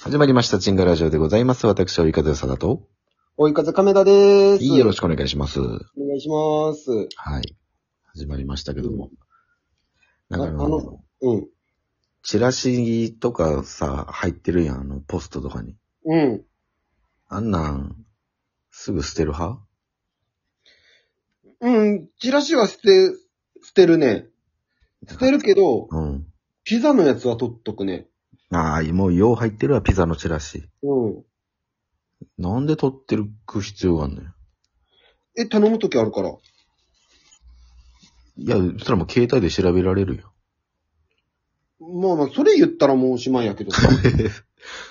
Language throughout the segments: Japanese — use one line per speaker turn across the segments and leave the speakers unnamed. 始まりました、チンガラジオでございます。私、追い風さだと。
追い風亀田でーす。
いいよろ
し
しくお願いします。は
くお願いします。
い。始まりましたけども。
う
なんんかあ
ああ
の
の、うん。
チラシとかさ、入ってるやん、あの、ポストとかに。
うん。
あんなん、すぐ捨てる派
うん。チラシは捨て、捨てるね。捨てるけど、
うん。
ピザのやつは取っとくね。
ああ、もう、よう入ってるわ、ピザのチラシ。
うん。
なんで取ってるく必要があんのよ。
え、頼むときあるから。
いや、それもう携帯で調べられるよ。
まあまあ、それ言ったらもうおしまいやけどさ。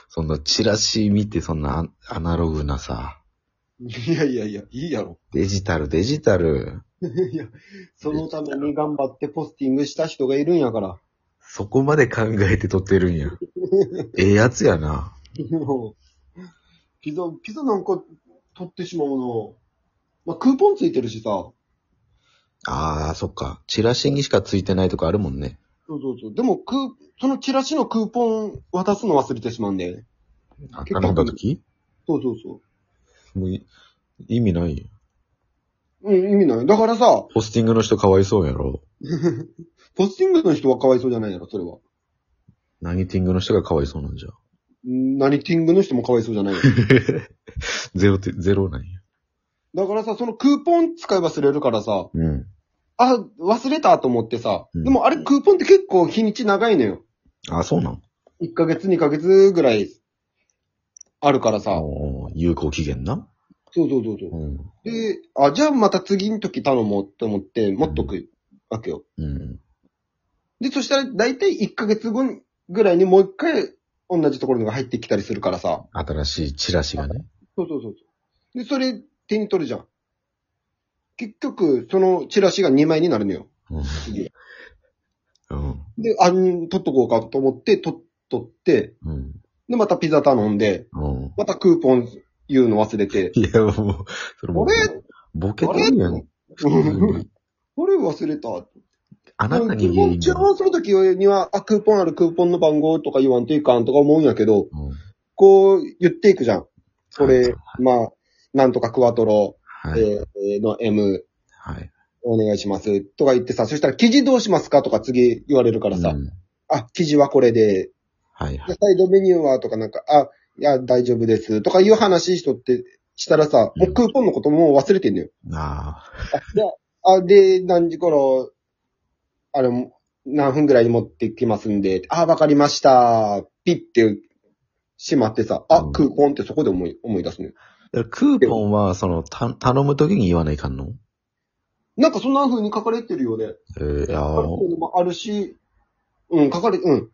そんな、チラシ見て、そんなア、アナログなさ、
いやいやいや、いいやろ。
デジタル、デジタル。
いや、そのために頑張ってポスティングした人がいるんや から。
そこまで考えて撮ってるん や。ええやつやな。
もうピザ、ピザなんか取ってしまうの。まあ、クーポンついてるしさ。
ああ、そっか。チラシにしかついてないとかあるもんね。
そうそうそう。でも、クー、そのチラシのクーポン渡すの忘れてしまうんだよね。
あ頼んだ時
そうそうそ
もうい意味ないよ。
う。うん、意味ない。だからさ、
ポスティングの人かわいそうやろ。
ポスティングの人はかわいそうじゃないやろ、それは。
何ティングの人がかわいそうなんじゃ。
ん何ティングの人もかわいそうじ ゃないよ。
ゼロて、ゼロなんや。
だからさ、そのクーポン使い忘れるからさ、
うん。
あ、忘れたと思ってさ、
うん
でもあれクーポンって結構日にち長いのよ。
あそうなん
1ヶ月、2ヶ月ぐらいあるからさ。
おー有効期限な。
そうそうそうそう。
うん。
で、あ、じゃあまた次の時頼もうと思って、持っとくわけよ。
うん。
で、そしたら、だいたい1ヶ月後ぐらいにもう一回、同じところのが入ってきたりするからさ。
新しいチラシがね。
そうそうそうそう。で、それ、手に取るじゃん。結局、そのチラシが2枚になるのよ。
うん。
次
うん。
で、あん、取っとこうかと思って、取っ、取って、
うん。
で、またピザ頼んで、
うん。
またクーポン言うの忘れて、
いや、もう、それもう
あ、
ボケてるやん。
これ忘れた。
あなたに
基
原
本、
因
注
が。
文するときには、あ、クーポンある、クーポンの番号とか言わんといかんとか思うんやけど、
うん
こう言っていくじゃん。こ
はい
れ、まあ、なんとかクワトロ、
はい。
えーの M
はい。
お願いしますとか言ってさ、そしたら記事どうしますかとか次言われるからさ、
うん
あ、記事はこれで、
はいは
で
い。
サイドメニューはとかなんか、あ、いや、大丈夫ですとかいう話しとって、したらさ、もうクーポンのこともう忘れてんのよ。
ああ。
あ、で、何時頃、あれ、何分ぐらいに持ってきますんで、あ、わかりました。ピッて閉まってさ、あ、
うん
クーポンってそこで思い、思い出すのよ。
だからクーポンは、その、た、頼むときに言わないかんの
なんかそんな風に書かれてるよね。
えー、あ
あるっていうのもあるし、うん、かかる、うん。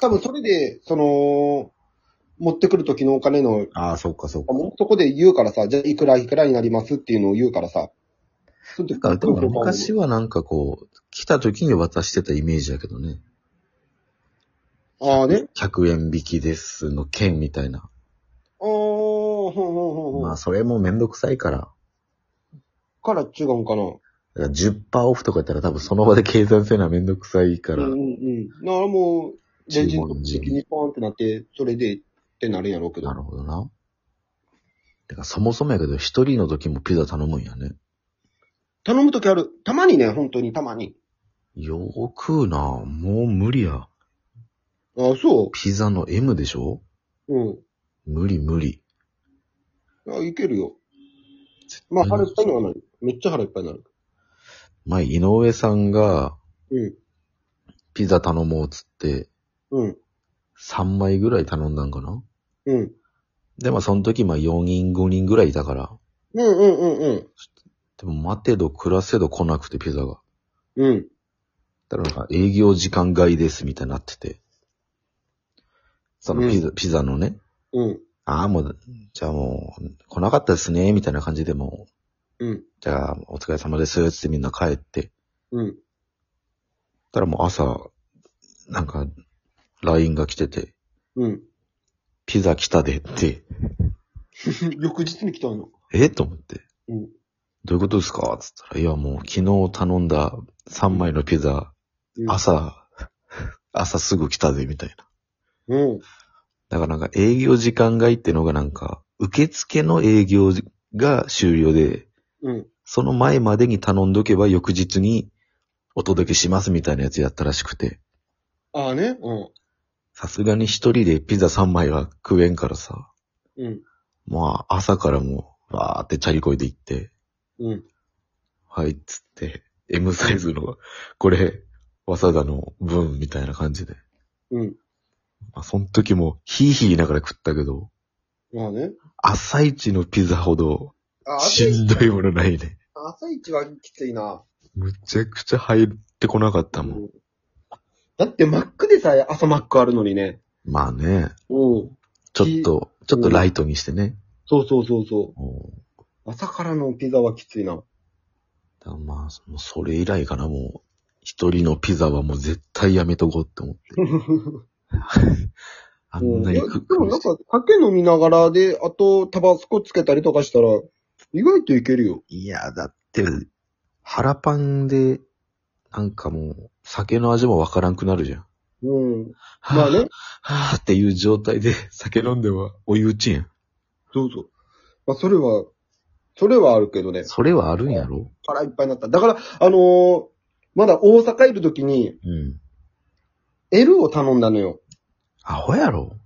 多分それで、その、持ってくる時のお金の、
あ、ああ、そうかそうか。
そこで言うからさ、じゃあいくらいくらになりますっていうのを言うからさ。その
なん
時
か、でも昔はなんかこう、来たときに渡してたイメージだけどね。
ああね。
100円引きですの券みたいな。
ああ、ほんほんほんほん。
まあ、それもめんどくさいから。
から違うんかな。
だから10%オフとかやったら多分その場で計算するのはめんどくさいから
うん。うんうん。だからもう、レンジの時
注文順
にポンってなって、それでってなるんやろうけど。
なるほどな。てか、そもそもやけど、一人の時もピザ頼むんやね。
頼む時ある。たまにね、本当にたまに。
よー食うなもう無理や。
ああ、そ
ピザの M でしょ
う。うん。
無理無理。
あいけるよ。まあ、腹いっぱいにはなる。めっちゃ腹いっぱいになる。
前、井上さんが、
うん。
ピザ頼もうっつって、
うん。
3枚ぐらい頼んだんかな
うん。
でも、その時、まあ、4人、5人ぐらいいたから。
うんうんうん
でも、待てど暮らせど来なくて、ピザが。
うん。うん。
だから、なんか営業時間外です、みたいになってて。そのピザ、ピザのね、
うん。
ああ、もう、じゃあもう、来なかったですね、みたいな感じでもう、
うん
じゃあ、お疲れ様です、つってみんな帰って。
うん。
たらもう朝、なんか、LINE が来てて、
うん。
ピザ来たでって、
翌日に来たの。
えと思って。
うん
どういうことですかつったら、いやもう昨日頼んだ3枚のピザ、
うん
朝、朝すぐ来たで、みたいな。
うん。
だからなんか営業時間外ってのがなんか、受付の営業が終了で、
うん。
その前までに頼んどけば翌日にお届けしますみたいなやつやったらしくて。
ああね。うん。
さすがに一人でピザ3枚は食えんからさ。
うん。
まあ、朝からもう、わーってチャリこいで行って、
うん。
はいっつって、M サイズの、これ、わさだの分みたいな感じで。
うん。
まあ、その時も、ヒーヒー言いながら食ったけど、
まあね。
朝一のピザほど、
あ
しんどいものないね。
朝一はきついな。
むちゃくちゃ入ってこなかったもん。
だってマックでさえ朝マックあるのにね。
まあね、
うん。
ちょっと、ちょっとライトにしてね。
そうそうそうそ
お
う。朝からのピザはきついな。
だからまあ、そのそれ以来かな、もう、一人のピザはもう絶対やめとこうって思って。 あんなに
うんいや
く
でもなんか、酒飲みながらで、あと、タバスコつけたりとかしたら、意外といけるよ。
いや、だって、腹パンで、なんかもう、酒の味もわからんくなるじゃん。
うん。まあね。
はぁっていう状態で、 酒飲んではお湯打ちやん。
そうそう。まあ、それは、それはあるけどね。
それはあるんやろ
腹いっぱいになった。だから、あのーまだ大阪いるときに、
うん。
L を頼んだのよ。
アホやろ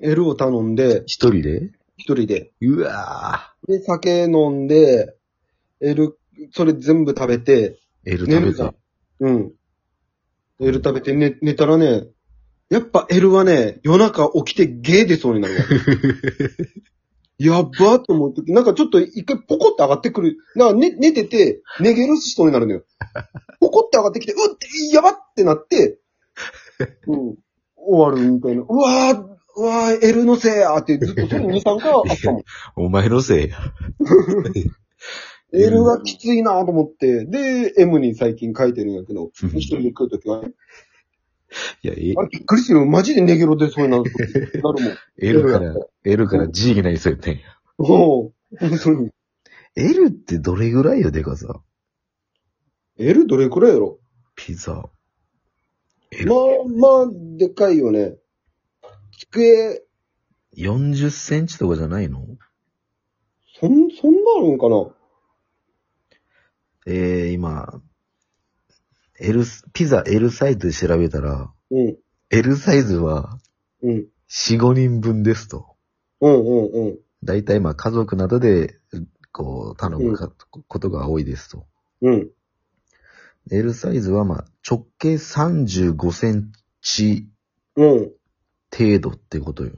L を頼んで、
一人で
一人で。
うわ
で、酒飲んで、L、それ全部食べて、
ぁ。L
寝
食べ
るじゃ
た
ん。。うん。L 食べて寝、寝たらね、やっぱ L はね、夜中起きてゲー出そうになるわ。 やっばーって思うとき、なんかちょっと一回ポコって上がってくる。なんか寝、寝てて、寝げる人にな るのよ。ポコって上がってきて、うって、やばってなって、うん、終わるみたいな。うわー、うわー、L のせいやーってずっとその2、3回あった もん。
お前のせいや。
L がきついなーと思って、で、M に最近書いてるんやけど、
うん
一人で食うときはね。
いや、え
あれびっくりするよ。マジでネゲロ出そうになるなるもん。
L か
や
ら
った、
L から G になりそうやったんや。
おぉ、本当に。
L ってどれぐらいよ、でかさ。
L どれくらいやろ
ピザ。
ま
L、
あまあ、でかいよね。机、
40センチとかじゃないの
そん、そんなあるんかな
えー、今、L、ピザ L サイズで調べたら、
うん、
L サイズは
うん、
4、5人分ですと。
うん、うん、うん
だいたいまあ家族などで、こう、頼むかことが多いですと。。
うん。
L サイズはまあ直径35センチ
うん、
程度ってことよ。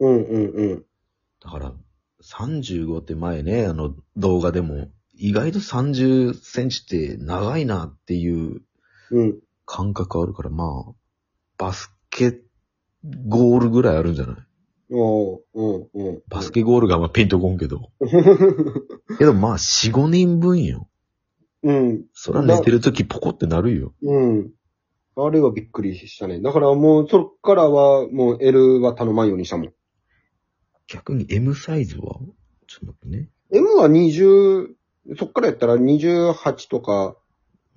うん、うん、
だから、35って前ね、あの動画でも、意外と30センチって長いなっていう
うん。うん。
感覚あるから、まあ、バスケゴールぐらいあるんじゃない
おーうん、うん。
バスケゴールがあんまピンとこんけど。けどまあ、4、5人分よ。
うん、
そら寝てるときポコってなるよ。
うん。あれはびっくりしたね。だからもう、そっからは、もう L は頼まんようにしたもん。
逆に M サイズはちょっと待ってね。
M は20、そっからやったら28とか、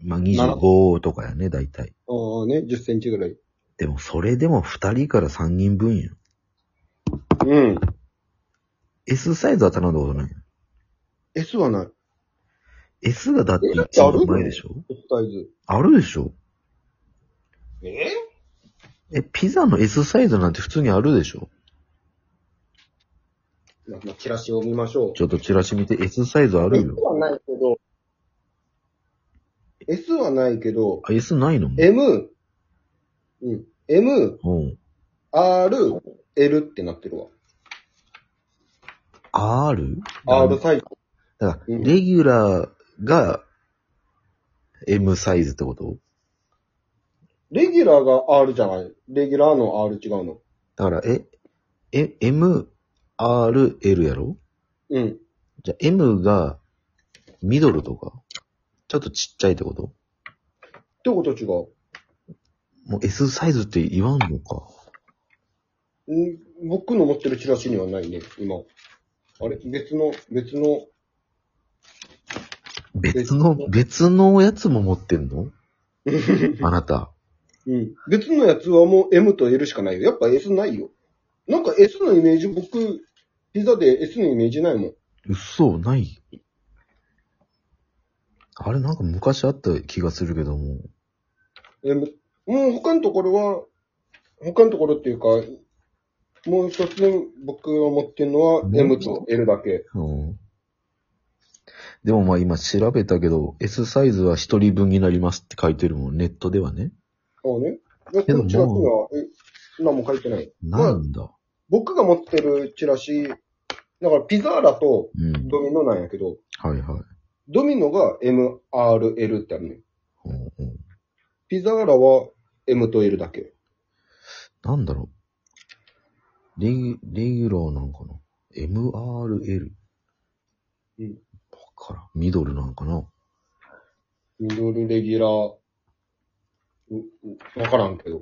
まあ、25とかやね、だいたい。
ああね、10センチぐらい。
でも、それでも2人から3人分よ。
うん。
S サイズは頼んだことないよ。
S はない。
S がだって
S
一番前でしょ
S サイズ。
あるでしょ
え
え、ピザの S サイズなんて普通にあるでしょ
まあ、チラシを見ましょう。
ちょっとチラシ見て S サイズある
S
よ。
はないけど、S はないけど、
あ、S ないの
M、うん。M、
うん。
R、L ってなってるわ。
R?
R サイズ。
だから、
うん
レギュラーが M サイズってこと
レギュラーが R じゃない。レギュラーの R 違うの。
だから、え、え、M、R、L やろ
うん。
じゃあ、M がミドルとか、ちょっとちっちゃいってこと
ってこと違う。
もう S サイズって言わんのか。
うん僕の持ってるチラシにはないね、今。あれ別の、別の、
別の、別のやつも持ってんのあなた。
うん。別のやつはもう M と L しかないよ。やっぱ S ないよ。なんか S のイメージ、僕、ピザで S のイメージないもん。
嘘ない。あれなんか昔あった気がするけども。
でももう他のところは、他のところっていうか、もう一つ僕が持ってるのは
うん
M と L だけ。
うん。でもまあ今調べたけど、S サイズは一人分になりますって書いてるもん、ネットではね。
そうね。で、
け
こ
ど
のチラシには、え何も書いてない。
なんだ。
僕が持ってるチラシ、だからピザーラと
うん。
ドミノなんやけど、
はいはい。
ドミノが MRL ってあるね。
うんうん
ピザーラは M と L だけ。
なんだろう。レギュ、レギュラーなんかな ?MRL。
うん。
わからん。ミドルなんかな
ミドルレギュラー、ううわからんけど。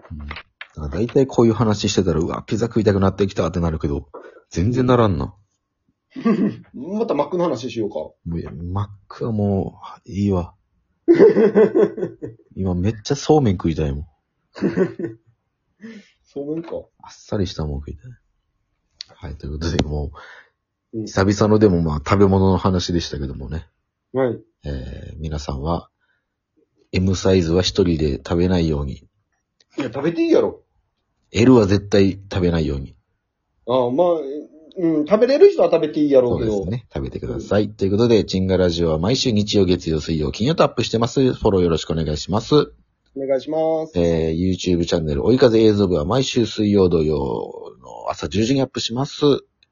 だいたいこういう話してたら、うわ、ピザ食いたくなってきたってなるけど、全然ならんな。
またマックの話しようか。
もういやマックはもう、いい わ。今めっちゃそうめん食いたいもん。
そうめんか。
あっさりしたもん食いたい。はい、ということで、も
う
う、
ん
久々のでもまあ食べ物の話でしたけどもね。
はい。
えー皆さんは、M サイズは一人で食べないように、
いや、食べていいやろ。
L は絶対食べないように、
ああ、まあ、うん、食べれる人は食べていいやろ
そうう
け
で
ど。
すね。食べてください。ということで、チンガラジオは毎週日曜、月曜、水曜、金曜とアップしてます。フォローよろしくお願いします。
お願いします。
えー YouTube チャンネル、追い風映像部は毎週水曜、土曜の朝10時にアップします。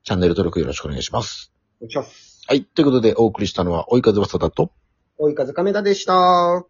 チャンネル登録よろしくお願いします。
お願いします。
はい。ということで、お送りしたのは、追い風わさだと、
追い風亀田でした。